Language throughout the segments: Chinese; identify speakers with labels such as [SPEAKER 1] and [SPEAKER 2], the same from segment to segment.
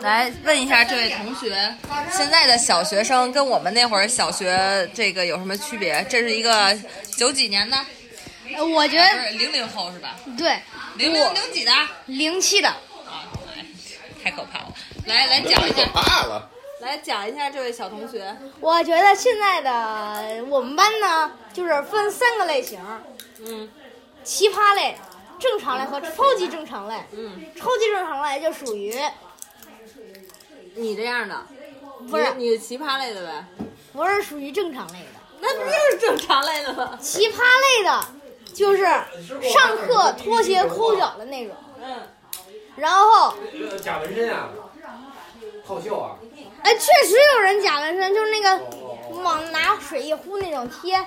[SPEAKER 1] 来问一下这位同学，现在的小学生跟我们那会儿小学这个有什么区别？这是一个九几年的，
[SPEAKER 2] 呃我觉
[SPEAKER 1] 不
[SPEAKER 2] 得
[SPEAKER 1] 是零零后是吧？
[SPEAKER 2] 对，
[SPEAKER 1] 零零零几的？
[SPEAKER 2] 零七的，
[SPEAKER 1] 啊，对太可怕了！来来讲一
[SPEAKER 3] 可
[SPEAKER 1] 下，
[SPEAKER 3] 怕了。
[SPEAKER 1] 来讲一下这位小同学，
[SPEAKER 4] 我觉得现在的我们班呢，就是分三个类型，
[SPEAKER 1] 嗯，
[SPEAKER 4] 奇葩类、正常类和超级正常类。
[SPEAKER 1] 嗯，
[SPEAKER 4] 超级正常类就属于
[SPEAKER 1] 你这样的，
[SPEAKER 4] 不是
[SPEAKER 1] 你是奇葩类的呗？
[SPEAKER 4] 不是属于正常类的，
[SPEAKER 1] 那不就是正常类的吗？
[SPEAKER 4] 奇葩类的，就是上课脱鞋抠脚的那种。
[SPEAKER 1] 嗯，
[SPEAKER 4] 然后，
[SPEAKER 5] 假纹身啊，好笑啊，
[SPEAKER 4] 哎，确实有人假纹身，就是那个往拿水一呼那种贴，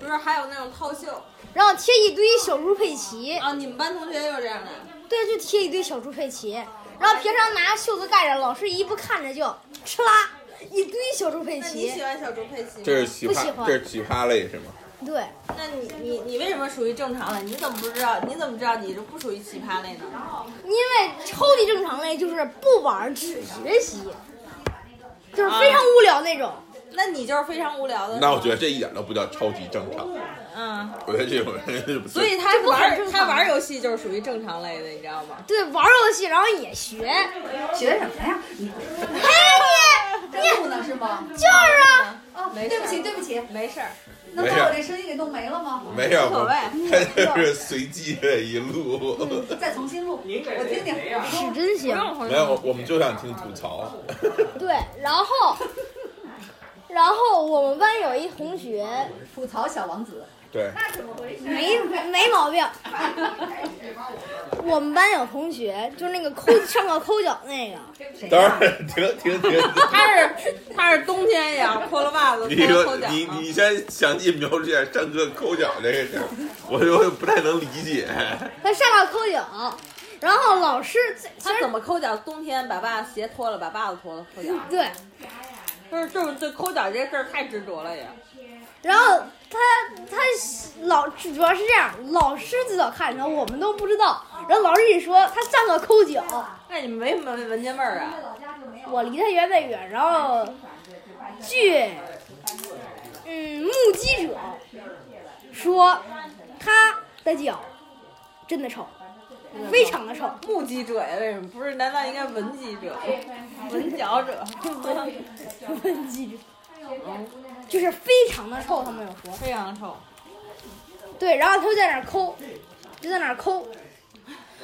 [SPEAKER 1] 不是还有那种套袖
[SPEAKER 4] 然后贴一堆小猪佩奇，
[SPEAKER 1] 啊？你们班同学也有这样的？啊
[SPEAKER 4] 对，就贴一堆小猪佩奇。然后平常拿袖子盖着，老师一不看着就哧啦一堆小猪佩
[SPEAKER 1] 那你
[SPEAKER 4] 奇
[SPEAKER 1] 喜。欢小猪佩奇吗？
[SPEAKER 3] 这是奇
[SPEAKER 4] 不喜
[SPEAKER 3] 葩，
[SPEAKER 4] 欢
[SPEAKER 3] 这是奇葩类是吗？
[SPEAKER 4] 对，
[SPEAKER 1] 那你你你为什么属于正常类？你怎么不知道？你怎么知道你是不属于奇葩类呢？
[SPEAKER 4] 因为超级正常类就是不玩儿只学习，就是非常无聊那种。
[SPEAKER 1] 那你就是非常无聊的。
[SPEAKER 3] 那我觉得这一点都不叫超级正常，
[SPEAKER 1] 嗯，
[SPEAKER 3] 我觉得这种人，
[SPEAKER 1] 所以他
[SPEAKER 4] 这不很
[SPEAKER 1] 玩
[SPEAKER 4] 正
[SPEAKER 1] 他
[SPEAKER 4] 常吗
[SPEAKER 1] 玩游戏就是属于正常类的，你知道吗？
[SPEAKER 4] 对，玩儿游戏然后也学。
[SPEAKER 6] 学什么呀？你
[SPEAKER 4] 哎，你
[SPEAKER 6] 录呢是吗？
[SPEAKER 4] 就是啊，
[SPEAKER 6] 啊，对不起，对不起，
[SPEAKER 1] 没事儿，
[SPEAKER 6] 能
[SPEAKER 3] 没
[SPEAKER 6] 把
[SPEAKER 3] 事
[SPEAKER 6] 我这声音给弄没了吗？
[SPEAKER 3] 没有
[SPEAKER 1] 无所，谓。
[SPEAKER 3] 他就是随机的一录。
[SPEAKER 1] 嗯
[SPEAKER 6] 再重新录，
[SPEAKER 5] 您给
[SPEAKER 6] 我听听。
[SPEAKER 5] 啊
[SPEAKER 4] 是真
[SPEAKER 1] 不
[SPEAKER 4] 行。
[SPEAKER 1] 用回
[SPEAKER 3] 没有，我们就想听吐槽。
[SPEAKER 4] 对，然后，然后我们班有一同学
[SPEAKER 6] 吐槽小王子，
[SPEAKER 3] 对，
[SPEAKER 4] 没没毛病，
[SPEAKER 6] 哎
[SPEAKER 4] 我们班有同学就是那个抠上课抠脚那个，
[SPEAKER 6] 谁
[SPEAKER 3] 当
[SPEAKER 6] 呀、
[SPEAKER 3] 然停停停，
[SPEAKER 1] 他是 他是冬天也要脱了袜子
[SPEAKER 3] 你
[SPEAKER 1] 脱了
[SPEAKER 3] 说
[SPEAKER 1] 抠脚啊
[SPEAKER 3] 你
[SPEAKER 1] 吗？
[SPEAKER 3] 你先详细描述一下上课抠脚这个事儿，我就不太能理解。
[SPEAKER 4] 他上课抠脚，然后老师其
[SPEAKER 1] 他
[SPEAKER 4] 实
[SPEAKER 1] 怎么抠脚？冬天把袜子鞋脱了，把袜子脱了抠脚，
[SPEAKER 4] 对，
[SPEAKER 1] 就是就是对抠脚这事儿太执着了也。
[SPEAKER 4] 然后他他老主要是这样，老师最早看着我们都不知道，然后老师一说他上课抠脚，
[SPEAKER 1] 那你们没闻闻见味儿啊？
[SPEAKER 4] 我离他远远远，然后据嗯目击者说，他的脚真的臭，非常的臭。
[SPEAKER 1] 目击者呀？为什么不是？难道应该闻鸡者、闻脚者？
[SPEAKER 4] 目击者就是非常的臭，他们有说
[SPEAKER 1] 非常臭。
[SPEAKER 4] 对，然后他就在那儿抠，就在那儿抠，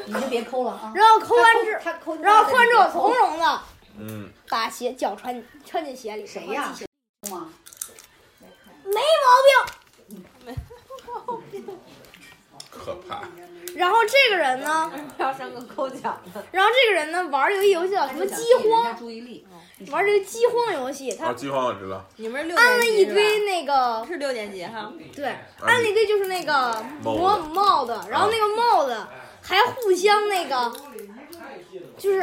[SPEAKER 6] 你就别抠了啊！
[SPEAKER 4] 然后抠完之，
[SPEAKER 6] 他抠，
[SPEAKER 4] 然后抠完之后从容的
[SPEAKER 3] 嗯，
[SPEAKER 4] 把鞋脚穿穿进鞋里，
[SPEAKER 6] 谁呀、吗？
[SPEAKER 4] 没毛病。
[SPEAKER 3] 可怕。
[SPEAKER 4] 然后这个人呢，
[SPEAKER 1] 要上个抠脚的，
[SPEAKER 4] 然后这个人呢玩儿游戏游戏叫什么饥荒，
[SPEAKER 6] 注意力，
[SPEAKER 4] 玩这个饥荒游戏，
[SPEAKER 3] 啊，
[SPEAKER 4] 他
[SPEAKER 3] 饥荒我知道，
[SPEAKER 1] 你们是六
[SPEAKER 4] 按
[SPEAKER 1] 年
[SPEAKER 4] 了
[SPEAKER 1] 级
[SPEAKER 4] 一
[SPEAKER 1] 是吧
[SPEAKER 4] 堆那个，
[SPEAKER 1] 是六年级哈，
[SPEAKER 4] 对，按了一堆就是那个
[SPEAKER 3] 帽
[SPEAKER 4] 模
[SPEAKER 3] 子啊
[SPEAKER 4] 帽子，然后那个帽子还互相那个，就是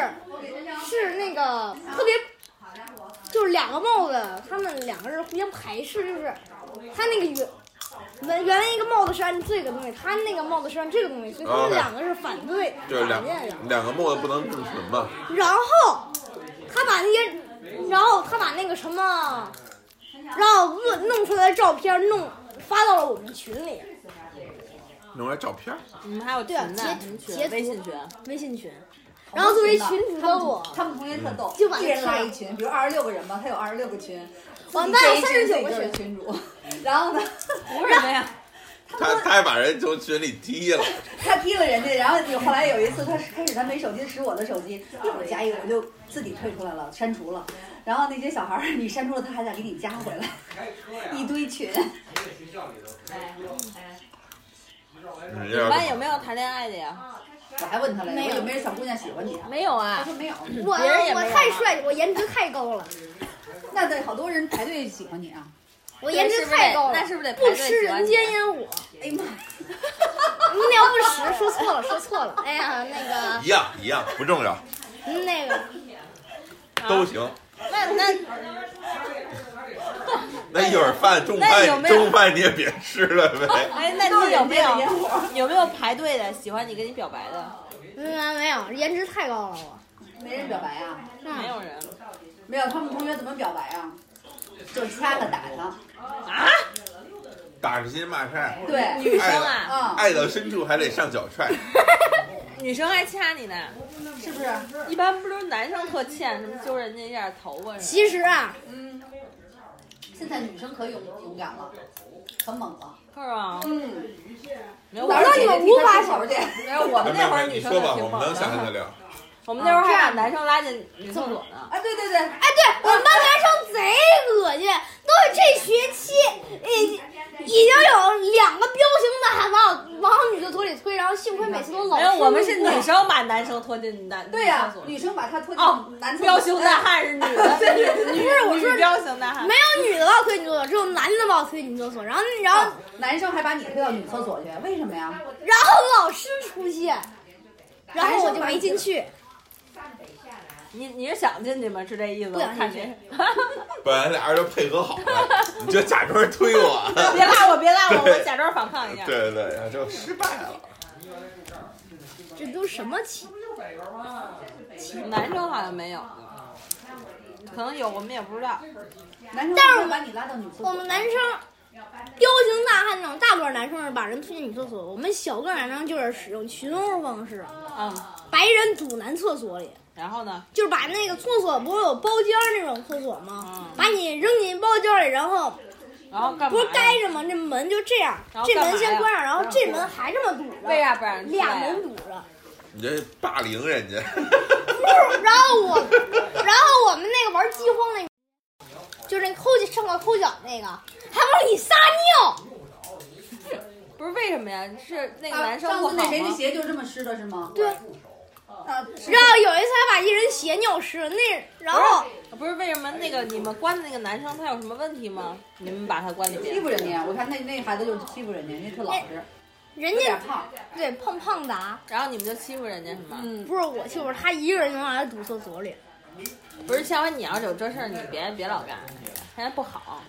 [SPEAKER 4] 是那个特别，就是两个帽子，他们两个人互相排斥，就是他那个原。原原来一个帽子是按这个东西，他那个帽子是按这个东西，所以他们
[SPEAKER 3] OK
[SPEAKER 4] 两个是反对
[SPEAKER 3] 啊就是
[SPEAKER 4] 反
[SPEAKER 3] 两
[SPEAKER 4] 面的。
[SPEAKER 3] 两个沫子不能并存嘛。
[SPEAKER 4] 然后他把那些，然后他把那个什么，然后弄弄出来的照片弄发到了我们群里，
[SPEAKER 3] 弄来照片儿，
[SPEAKER 1] 你嗯们还有群
[SPEAKER 4] 对啊
[SPEAKER 1] 呢，
[SPEAKER 4] 截
[SPEAKER 1] 什么
[SPEAKER 4] 截图
[SPEAKER 1] 群？微信群。
[SPEAKER 4] 微信群。然后作为群主的我，
[SPEAKER 6] 他们同学特逗，
[SPEAKER 4] 就把
[SPEAKER 6] 一
[SPEAKER 4] 那
[SPEAKER 6] 人拉
[SPEAKER 4] 群
[SPEAKER 6] 一群，比如二十六个人吧，他有二十六个群，
[SPEAKER 4] 我们
[SPEAKER 6] 自己
[SPEAKER 4] 班
[SPEAKER 6] 建
[SPEAKER 4] 有
[SPEAKER 6] 一
[SPEAKER 4] 39
[SPEAKER 6] 群
[SPEAKER 4] 个
[SPEAKER 6] 自己就是
[SPEAKER 4] 群
[SPEAKER 6] 群主，然后呢，
[SPEAKER 1] 为什么呀？
[SPEAKER 3] 他他还把人从群里踢了，
[SPEAKER 6] 他踢了人家，然后有后来有一次他开始他没手机使我的手机，一会儿加一个我就自己退出来了，删除了。然后那些小孩儿你删除了，他还得给你加回来，一堆群。
[SPEAKER 3] 你
[SPEAKER 1] 你们班有没有谈恋爱的呀？
[SPEAKER 6] 我还问他来着，我说有没有小姑娘喜欢你啊？
[SPEAKER 1] 没有
[SPEAKER 6] 他
[SPEAKER 1] 啊。
[SPEAKER 6] 说没有，
[SPEAKER 4] 我
[SPEAKER 1] 别人也
[SPEAKER 4] 我
[SPEAKER 1] 没有啊
[SPEAKER 4] 太帅了，我颜值太高了，
[SPEAKER 6] 那得好多人排队喜欢你啊。
[SPEAKER 4] 我颜值太高了，
[SPEAKER 1] 那是不是得
[SPEAKER 4] 不食人间
[SPEAKER 1] 呀？
[SPEAKER 4] 烟火？
[SPEAKER 6] 哎呀妈呀！
[SPEAKER 4] 无聊不食，说错了，说错了。哎呀，那个
[SPEAKER 3] 一样一样，不重要，
[SPEAKER 1] 啊
[SPEAKER 4] 嗯那个，
[SPEAKER 3] 都行。
[SPEAKER 1] 那那
[SPEAKER 3] 那一会儿饭中
[SPEAKER 1] 那有
[SPEAKER 3] 饭
[SPEAKER 1] 没有
[SPEAKER 3] 中饭你也别吃了呗。
[SPEAKER 1] 哎，那
[SPEAKER 6] 都是
[SPEAKER 1] 你有没
[SPEAKER 6] 人间的烟
[SPEAKER 1] 有有没有排队的喜欢你跟你表白的？
[SPEAKER 4] 啊嗯没有，颜值太高了我。嗯
[SPEAKER 6] 没人表白啊？
[SPEAKER 1] 没有人
[SPEAKER 6] 没有，他们同学怎么表白啊？就掐他打他，
[SPEAKER 1] 啊，
[SPEAKER 3] 打是先骂踹，
[SPEAKER 6] 对，
[SPEAKER 1] 女生啊，
[SPEAKER 6] 啊、
[SPEAKER 3] 爱到深处还得上脚踹。
[SPEAKER 1] 女生还掐你呢，
[SPEAKER 6] 是不是？
[SPEAKER 1] 一般不都是男生特欠，什么揪人家一下头发什么
[SPEAKER 4] 其实啊，
[SPEAKER 6] 嗯，现在女生可勇勇敢了，可猛了。
[SPEAKER 1] 的，是吧？
[SPEAKER 6] 嗯，
[SPEAKER 1] 没有，我
[SPEAKER 6] 哪
[SPEAKER 4] 哪
[SPEAKER 6] 让
[SPEAKER 4] 让你们
[SPEAKER 6] 你们无
[SPEAKER 4] 无
[SPEAKER 6] 法
[SPEAKER 4] 法
[SPEAKER 6] 手去？
[SPEAKER 1] 没有，我们 那会儿
[SPEAKER 3] 你
[SPEAKER 1] 女生
[SPEAKER 3] 说吧，
[SPEAKER 1] 就
[SPEAKER 3] 我
[SPEAKER 1] 挺
[SPEAKER 3] 们
[SPEAKER 1] 猛
[SPEAKER 3] 能想象得
[SPEAKER 1] 的，
[SPEAKER 3] 了。
[SPEAKER 1] 我们那会儿还把男生拉进女厕所呢。
[SPEAKER 6] 啊，对对对，
[SPEAKER 4] 哎，对我们班男生贼恶心，都是这学期，呃已已经有两个彪形大汉往往女的腿里推，然后幸亏每次都老
[SPEAKER 1] 没有，
[SPEAKER 4] 师
[SPEAKER 1] 我们是
[SPEAKER 4] 路过
[SPEAKER 1] 女生把男生拖进男
[SPEAKER 6] 对
[SPEAKER 1] 女
[SPEAKER 6] 呀、
[SPEAKER 1] 厕所
[SPEAKER 6] 女生把他拖
[SPEAKER 1] 哦
[SPEAKER 6] 进男厕所哎
[SPEAKER 1] 彪形大汉是女的，
[SPEAKER 6] 对对对
[SPEAKER 1] 女是我说彪形大汉
[SPEAKER 4] 没，有女的把我推女厕所，只有男的把我推女厕所，然后然后
[SPEAKER 6] 啊男生还把你推到女厕所去，为什么呀？
[SPEAKER 4] 然后老师出现，然后我就没进去。
[SPEAKER 1] 你你是想进去吗？是这意思？
[SPEAKER 4] 不想进去
[SPEAKER 1] 看谁，
[SPEAKER 3] 本来俩人都配合好了，你就假装推我。
[SPEAKER 1] 别拉我，别拉我，
[SPEAKER 3] 对
[SPEAKER 1] 我假装反抗一 下。
[SPEAKER 3] 对对对，就失败了。
[SPEAKER 4] 这都什么情？
[SPEAKER 1] 男生好像没有，可能有，我们也不知道。
[SPEAKER 6] 男生会把你拉到女厕所。
[SPEAKER 4] 我们男生彪形大汉那种大个儿男生是把人推进女厕所，我们小个儿男生就是使用群殴方式，
[SPEAKER 1] 嗯，
[SPEAKER 4] 白人堵男厕所里，
[SPEAKER 1] 然后呢？
[SPEAKER 4] 就是把那个厕所不是有包间儿那种厕所吗
[SPEAKER 1] 嗯？
[SPEAKER 4] 把你扔进包间儿里，然后
[SPEAKER 1] 然后干嘛
[SPEAKER 4] 不
[SPEAKER 1] 呀？
[SPEAKER 4] 是盖着吗？这门就这样
[SPEAKER 1] 然，后
[SPEAKER 4] 这
[SPEAKER 1] 干嘛呀
[SPEAKER 4] 门先关上，然后这门还这么堵着，
[SPEAKER 1] 为啥不让人出来
[SPEAKER 4] 俩
[SPEAKER 1] 呀
[SPEAKER 4] 门堵着。
[SPEAKER 3] 你这霸凌人家，
[SPEAKER 4] 然后我，然后我们那个玩饥荒那个，就是那抠脚上课抠脚那个，还往里撒尿，
[SPEAKER 1] 不是为什么呀？是那个
[SPEAKER 6] 啊
[SPEAKER 1] 男生
[SPEAKER 6] 上
[SPEAKER 1] 不
[SPEAKER 6] 次
[SPEAKER 1] 好
[SPEAKER 6] 那谁那
[SPEAKER 1] 吗？
[SPEAKER 6] 鞋就这么湿的是吗？
[SPEAKER 4] 对
[SPEAKER 6] 啊，是
[SPEAKER 4] 然后有一次还把一人鞋尿湿了，那然后
[SPEAKER 1] 不是为什么那个你们关的那个男生他有什么问题吗？你们把他关里
[SPEAKER 6] 欺
[SPEAKER 1] 边
[SPEAKER 6] 负。人家，我看那那孩子就是欺负人家，人家特老实，
[SPEAKER 4] 人
[SPEAKER 6] 有点
[SPEAKER 4] 家
[SPEAKER 6] 胖。
[SPEAKER 4] 对胖胖的啊，
[SPEAKER 1] 然后你们就欺负人家是吗？
[SPEAKER 6] 嗯，
[SPEAKER 4] 不是我欺负他一个人能把他堵厕所里，
[SPEAKER 1] 不是，下回你要是有这事儿，你别别老干，人家不好。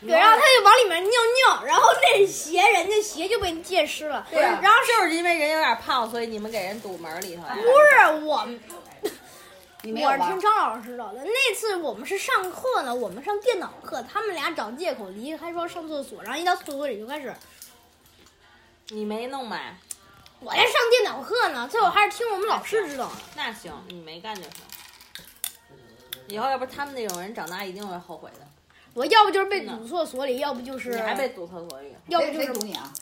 [SPEAKER 4] 对，然后他就往里面尿尿，然后那鞋人家鞋就被溅湿了，
[SPEAKER 6] 对啊
[SPEAKER 4] 然后是
[SPEAKER 1] 就是因为人有点胖，所以你们给人堵门里头呀。
[SPEAKER 4] 不是我
[SPEAKER 6] 你没有
[SPEAKER 4] 我是
[SPEAKER 6] 吧
[SPEAKER 4] 听？张老师找的。那次我们是上课呢，我们上电脑课，他们俩找借口离开，说上厕所，然后一到厕所里就开始，
[SPEAKER 1] 你没弄吧？
[SPEAKER 4] 我在上电脑课呢，最后还是听我们老师知道的。
[SPEAKER 1] 那行，你没干就行。以后要不他们那种人长大一定会后悔的。
[SPEAKER 4] 我要不就是被堵厕所里，要不就是啊
[SPEAKER 1] 你
[SPEAKER 6] 哎
[SPEAKER 1] 还被堵厕所里。
[SPEAKER 4] 要不
[SPEAKER 6] 谁
[SPEAKER 4] 就
[SPEAKER 6] 谁
[SPEAKER 4] 是
[SPEAKER 6] 堵你啊？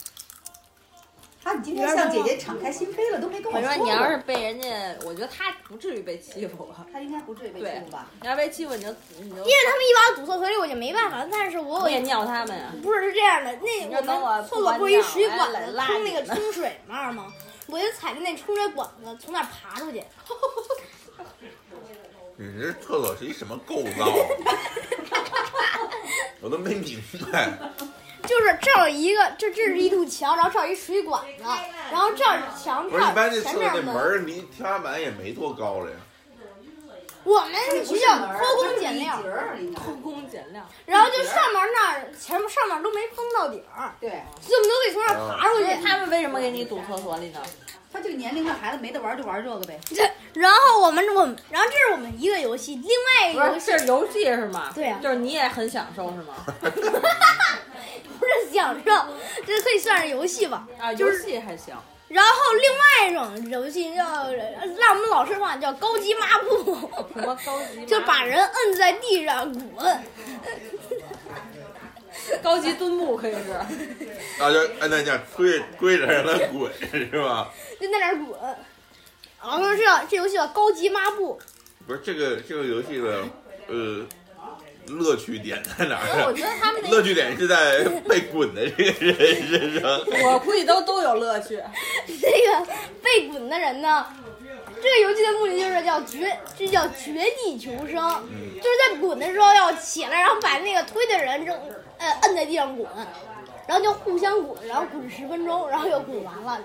[SPEAKER 6] 啊，你今天向姐姐敞开心扉了，都没跟
[SPEAKER 1] 我
[SPEAKER 4] 啊
[SPEAKER 6] 说。
[SPEAKER 1] 说你要是被人家，我觉得他不至于被欺负 吧。
[SPEAKER 6] 他应该不至于被欺负吧？
[SPEAKER 1] 你要被欺负你就你就
[SPEAKER 4] 因为他们一把我堵厕所里，我就没办法。但是我
[SPEAKER 1] 你
[SPEAKER 6] 哎
[SPEAKER 1] 也
[SPEAKER 4] 有
[SPEAKER 1] 尿他们呀、
[SPEAKER 4] 不是是这样的，那
[SPEAKER 1] 你就等我
[SPEAKER 4] 们厕所
[SPEAKER 1] 不
[SPEAKER 4] 不
[SPEAKER 1] 关
[SPEAKER 4] 是一
[SPEAKER 1] 尿
[SPEAKER 4] 水管
[SPEAKER 1] 哎
[SPEAKER 4] 子
[SPEAKER 1] 拉
[SPEAKER 4] 冲那
[SPEAKER 1] 你
[SPEAKER 4] 个
[SPEAKER 1] 呢
[SPEAKER 4] 冲水那儿吗？我就踩着那冲水管子从那儿爬出去，
[SPEAKER 3] 你这厕所是一什么构造啊？我都没明白。
[SPEAKER 4] 就是这儿有一个，这这是一堵墙，然后这儿有一水管子，然后这儿是墙，
[SPEAKER 3] 不
[SPEAKER 4] 这
[SPEAKER 3] 是，一般
[SPEAKER 4] 儿
[SPEAKER 3] 这
[SPEAKER 4] 前
[SPEAKER 3] 厕所
[SPEAKER 4] 面
[SPEAKER 3] 这
[SPEAKER 4] 儿
[SPEAKER 3] 门儿离天花板也没多高了呀。
[SPEAKER 4] 我们学校偷工减料，
[SPEAKER 1] 偷工减料。
[SPEAKER 4] 然后就上面那儿前面上面都没封到顶儿，
[SPEAKER 6] 对，
[SPEAKER 4] 所以我们都得从那儿
[SPEAKER 3] 啊
[SPEAKER 4] 爬出
[SPEAKER 1] 不是
[SPEAKER 4] 去。
[SPEAKER 1] 他们为什么给你堵厕所里呢？
[SPEAKER 6] 他这个年龄的孩子没得玩就玩这个呗。
[SPEAKER 4] 这，然后我们我们，然后这是我们一个游戏，另外一
[SPEAKER 1] 不
[SPEAKER 4] 个哎游
[SPEAKER 1] 是，
[SPEAKER 4] 戏
[SPEAKER 1] 这是游戏是吗？
[SPEAKER 4] 对呀
[SPEAKER 1] 就是你也很享受是 吗？
[SPEAKER 4] 不是享受，这可以算是游戏吧。
[SPEAKER 1] 啊，游戏 还行。
[SPEAKER 4] 然后另外一种游戏叫，让我们老师管叫高级抹布，
[SPEAKER 1] 什么高级麻
[SPEAKER 4] 就把人摁在地上滚。
[SPEAKER 1] 高级蹲木可 以是，
[SPEAKER 3] 那就按那叫推推着让他滚是吧？
[SPEAKER 4] 就在那儿滚。老师说这这游戏叫高级抹布，
[SPEAKER 3] 不是这个这个游戏的呃乐趣点在哪儿
[SPEAKER 1] 我
[SPEAKER 3] 啊
[SPEAKER 1] 觉？得他们那
[SPEAKER 3] 乐趣点是在被滚的这个人身上。
[SPEAKER 1] 我估计都都有乐趣。
[SPEAKER 4] 这个被滚的人呢，这个游戏的目的就是叫绝，这叫绝地求生，就是在滚的时候要起来，然后把那个推的人扔，呃，摁在地上滚，然后就互相滚，然后滚十分钟，然后又滚完了，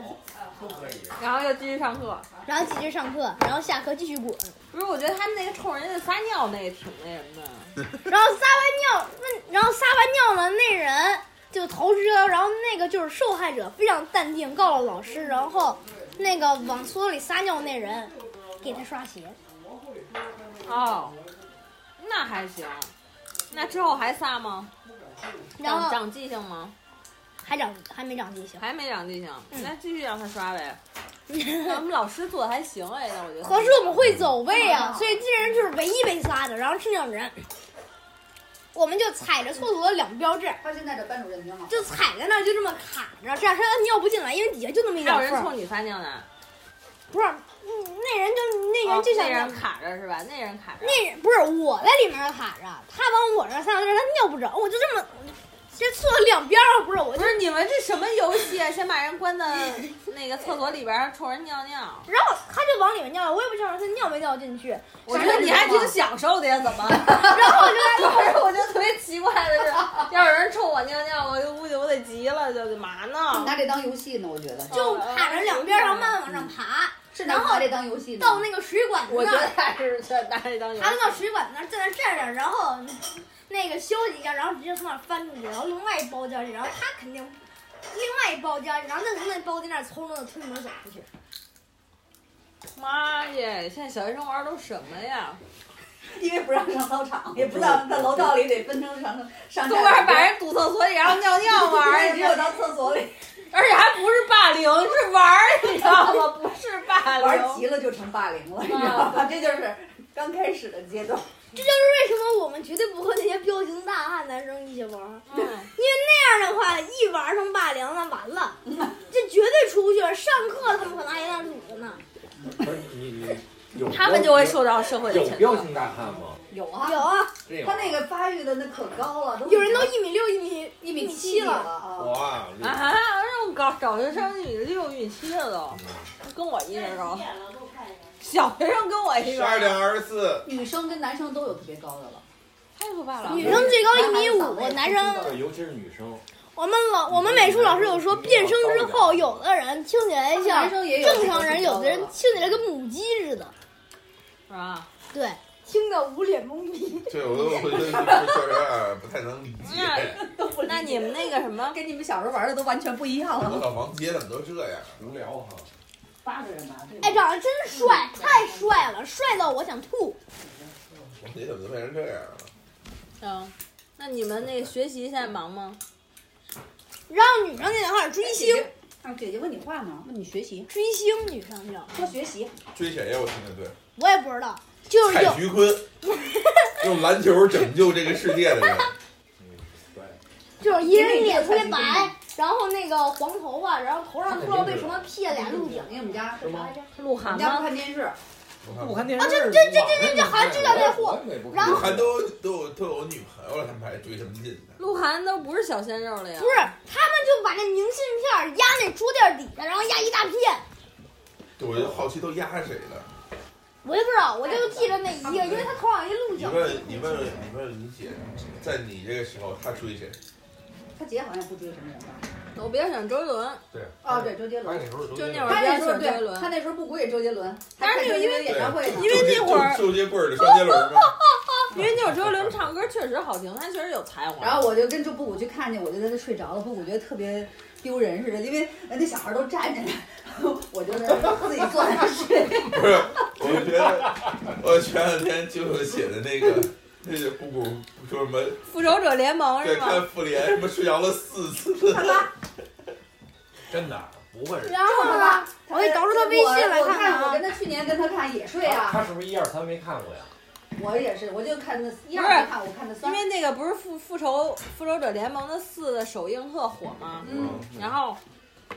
[SPEAKER 1] 然后又继续上课。
[SPEAKER 4] 然后继续上课，然后下课继续滚，
[SPEAKER 1] 不是，我觉得他们那个冲人家撒尿那个挺那什么的，
[SPEAKER 4] 然后撒完尿，那然后撒完尿呢，那人就投石榴，然后那个就是受害者非常淡定，告了老师，然后那个往所里撒尿那人给他刷鞋，
[SPEAKER 1] 哦，那还行。那之后还仨吗？
[SPEAKER 4] 然
[SPEAKER 1] 长
[SPEAKER 4] 后
[SPEAKER 1] 长记性吗？
[SPEAKER 4] 还长还没长记性，
[SPEAKER 1] 还没长记性，
[SPEAKER 4] 嗯
[SPEAKER 1] 那继续让他刷 呗。那我们老师做的还行哎，那我觉得。
[SPEAKER 4] 合适我们会走位啊，所以这人就是唯一被杀的，然后剩两人，我们就踩着厕所的两标志，
[SPEAKER 6] 他现在这班主任挺好，
[SPEAKER 4] 就踩在那儿就这么卡着，这样他尿不进来，因为底下就那么一点
[SPEAKER 1] 还有人
[SPEAKER 4] 缝儿，
[SPEAKER 1] 冲你发尿呢，
[SPEAKER 4] 不是，嗯那人就那人就
[SPEAKER 1] 哦
[SPEAKER 4] 想
[SPEAKER 1] 那
[SPEAKER 4] 尿
[SPEAKER 1] 人卡着是吧？那人卡着。
[SPEAKER 4] 那人不是我在里面卡着，他往我这儿撒尿，但是他尿不着，我就这么，这厕所两边儿不是，我
[SPEAKER 1] 不
[SPEAKER 4] 就是
[SPEAKER 1] 你们这什么游戏啊？先把人关到那个厕所里边儿，冲人尿尿。
[SPEAKER 4] 然后他就往里面尿了，我也不知道他尿没尿进去，
[SPEAKER 1] 我觉得你还挺享受的呀，怎 么？
[SPEAKER 4] 然后我就 在
[SPEAKER 1] 当时我就特别奇怪的是，要有人冲我尿尿，我就估计我得急了，就干嘛呢？
[SPEAKER 6] 拿这当游戏呢，我觉得
[SPEAKER 4] 就
[SPEAKER 1] 哦
[SPEAKER 4] 卡着两边儿，然后慢慢往上爬，
[SPEAKER 6] 是拿
[SPEAKER 4] 然后
[SPEAKER 6] 拿这当游戏呢。
[SPEAKER 4] 到那个水管子
[SPEAKER 1] 嗯我觉
[SPEAKER 4] 那
[SPEAKER 1] 得
[SPEAKER 4] 儿，
[SPEAKER 1] 还是在拿这当游戏
[SPEAKER 4] 爬到那水管子那儿，在那儿站着，然后那个休息一下，然后直接从那儿翻出去，然后另外一包间去，然后他肯定另外一包间，然后再从那包间那儿从容的推门走出去。
[SPEAKER 1] 妈耶！现在小学生玩都什么呀？
[SPEAKER 6] 因为不让上操场，也不让在楼道里得分成上上
[SPEAKER 1] 都玩
[SPEAKER 6] 下
[SPEAKER 1] 儿把人堵厕所里，然后尿尿玩儿，
[SPEAKER 6] 也没有到厕所里
[SPEAKER 1] 而且还不是霸凌，是玩儿，你知道吗？不是霸凌。
[SPEAKER 6] 玩急了就成霸凌了，你知道吧？这就是刚开始的阶段。
[SPEAKER 4] 这就是为什么我们绝对不和那些彪形大汉男生一起玩儿，
[SPEAKER 1] 嗯
[SPEAKER 4] 那样的话一玩儿成霸凌了，完 了，这绝对出不去了。上课他们可能还在那儿堵着呢。
[SPEAKER 5] 不是你你有
[SPEAKER 1] 他们就会受到社会的
[SPEAKER 5] 有
[SPEAKER 1] 谴
[SPEAKER 5] 彪
[SPEAKER 1] 责。
[SPEAKER 5] 形大汉吗？
[SPEAKER 6] 有啊
[SPEAKER 4] 有啊，
[SPEAKER 5] 这有
[SPEAKER 6] 他那个发育的那可高了，都
[SPEAKER 4] 有人都一米六、哦一米
[SPEAKER 6] 一
[SPEAKER 4] 米
[SPEAKER 6] 米七
[SPEAKER 4] 了。
[SPEAKER 6] 了啊！
[SPEAKER 5] 哇，
[SPEAKER 1] 啊哈！那种高小学生一米六、一米七的都，
[SPEAKER 3] 嗯
[SPEAKER 1] 跟我一人高。小学生跟我一
[SPEAKER 3] 十
[SPEAKER 1] 人
[SPEAKER 3] 二点
[SPEAKER 1] 高，
[SPEAKER 3] 二十 四，
[SPEAKER 6] 女生跟男生都有特别高的了，
[SPEAKER 1] 太可怕了。
[SPEAKER 4] 女生最高一米
[SPEAKER 6] 男孩
[SPEAKER 4] 五，
[SPEAKER 6] 子
[SPEAKER 4] 男生
[SPEAKER 5] 对，尤其是女生，
[SPEAKER 4] 我们老我们美术老师有说，变声之后，有的人听起来像
[SPEAKER 6] 男生也有
[SPEAKER 4] 正常人，有的人听起来跟母鸡似的，
[SPEAKER 1] 是吧？
[SPEAKER 4] 对，听得捂脸懵逼。
[SPEAKER 3] 对我都我都确实有点不太能理解，
[SPEAKER 1] 那那你们那个什么，
[SPEAKER 6] 跟你们小时候玩的都完全不一样
[SPEAKER 3] 我
[SPEAKER 6] 了。
[SPEAKER 3] 操，王杰怎么都这样？
[SPEAKER 5] 无聊哈。
[SPEAKER 6] 八个人吧，这
[SPEAKER 4] 哎，长得真帅，太帅了，帅到我想吐。
[SPEAKER 3] 王杰怎么都变成这样了？
[SPEAKER 1] 嗯，那你们那个学习现在忙吗？
[SPEAKER 4] 然后女生就想开始追星，
[SPEAKER 6] 啊，姐姐问你话呢，问你学习，
[SPEAKER 4] 追星女生就
[SPEAKER 6] 说学习，
[SPEAKER 3] 追谁呀？我听着对，
[SPEAKER 4] 我也不知道，就是有
[SPEAKER 3] 蔡徐坤，用篮球拯救这个世界的人，
[SPEAKER 4] 就是一人脸特别白，然后那个黄头发，然后
[SPEAKER 7] 啊
[SPEAKER 4] 头上不知道为什么披了俩
[SPEAKER 6] 哎
[SPEAKER 4] 鹿角。
[SPEAKER 6] 因为我们家
[SPEAKER 4] 是啥来着？
[SPEAKER 1] 鹿
[SPEAKER 6] 我
[SPEAKER 1] 晗
[SPEAKER 6] 们家不
[SPEAKER 1] 吗？
[SPEAKER 6] 看电视，
[SPEAKER 5] 不
[SPEAKER 3] 我看
[SPEAKER 5] 看电视，
[SPEAKER 4] 啊这这这这这这好像知道那货然后
[SPEAKER 3] 鹿晗都都有都有女朋友了，他们还追什么劲呢？
[SPEAKER 1] 鹿晗都不是小鲜肉了呀
[SPEAKER 4] 不。是，他们就把那明信片儿压那桌垫底下，然后压一大片。
[SPEAKER 3] 对，我就好奇都压谁了？
[SPEAKER 4] 我也不知道，我就记着那一个，因为他头上有一鹿
[SPEAKER 3] 你
[SPEAKER 4] 角。
[SPEAKER 3] 问你问你问你姐，在你这个时候她追谁？
[SPEAKER 6] 他姐好像不追什么人吧？
[SPEAKER 1] 我比较喜欢周杰伦，
[SPEAKER 5] 对
[SPEAKER 6] 哦，对，周杰
[SPEAKER 5] 他
[SPEAKER 6] 伦
[SPEAKER 5] 那。时候都
[SPEAKER 1] 就那会
[SPEAKER 6] 他
[SPEAKER 1] 儿
[SPEAKER 6] 那时候
[SPEAKER 1] 周杰
[SPEAKER 6] 对，
[SPEAKER 1] 伦
[SPEAKER 6] 他那时候不归也周杰伦，
[SPEAKER 1] 但是
[SPEAKER 6] 他看周杰伦演唱会呢
[SPEAKER 1] 因为那会儿
[SPEAKER 3] 就就接棍儿的双杰轮吗？
[SPEAKER 1] 因为那会儿周杰伦唱歌确实好听，他确实有才华。
[SPEAKER 6] 然后我就跟周布谷去看见，我就在那睡着了，布谷觉得特别丢人似的，因为呃那小孩都站着呢，我就在那自己坐在那 睡。
[SPEAKER 3] 不是，我觉得我前两天就是写的那个，那是布谷说什么？
[SPEAKER 1] 复仇者联
[SPEAKER 6] 哎
[SPEAKER 1] 盟
[SPEAKER 3] 对，
[SPEAKER 1] 是吗？
[SPEAKER 3] 看复联什么睡着了四次。
[SPEAKER 5] 真的不会是。
[SPEAKER 4] 然后呢，我给导出他微信来
[SPEAKER 6] 我我
[SPEAKER 4] 看
[SPEAKER 6] 看，我
[SPEAKER 4] 啊
[SPEAKER 6] 跟。他去年跟他看也睡
[SPEAKER 5] 他
[SPEAKER 6] 啊，
[SPEAKER 5] 他是不是一二三没看过呀？
[SPEAKER 6] 我也是，我就看那一二
[SPEAKER 1] 不是
[SPEAKER 6] 没看，我看那
[SPEAKER 1] 因
[SPEAKER 6] 三。
[SPEAKER 1] 为那个不是复复仇复仇者联盟的四的首映特火吗？
[SPEAKER 6] 嗯，
[SPEAKER 1] 然后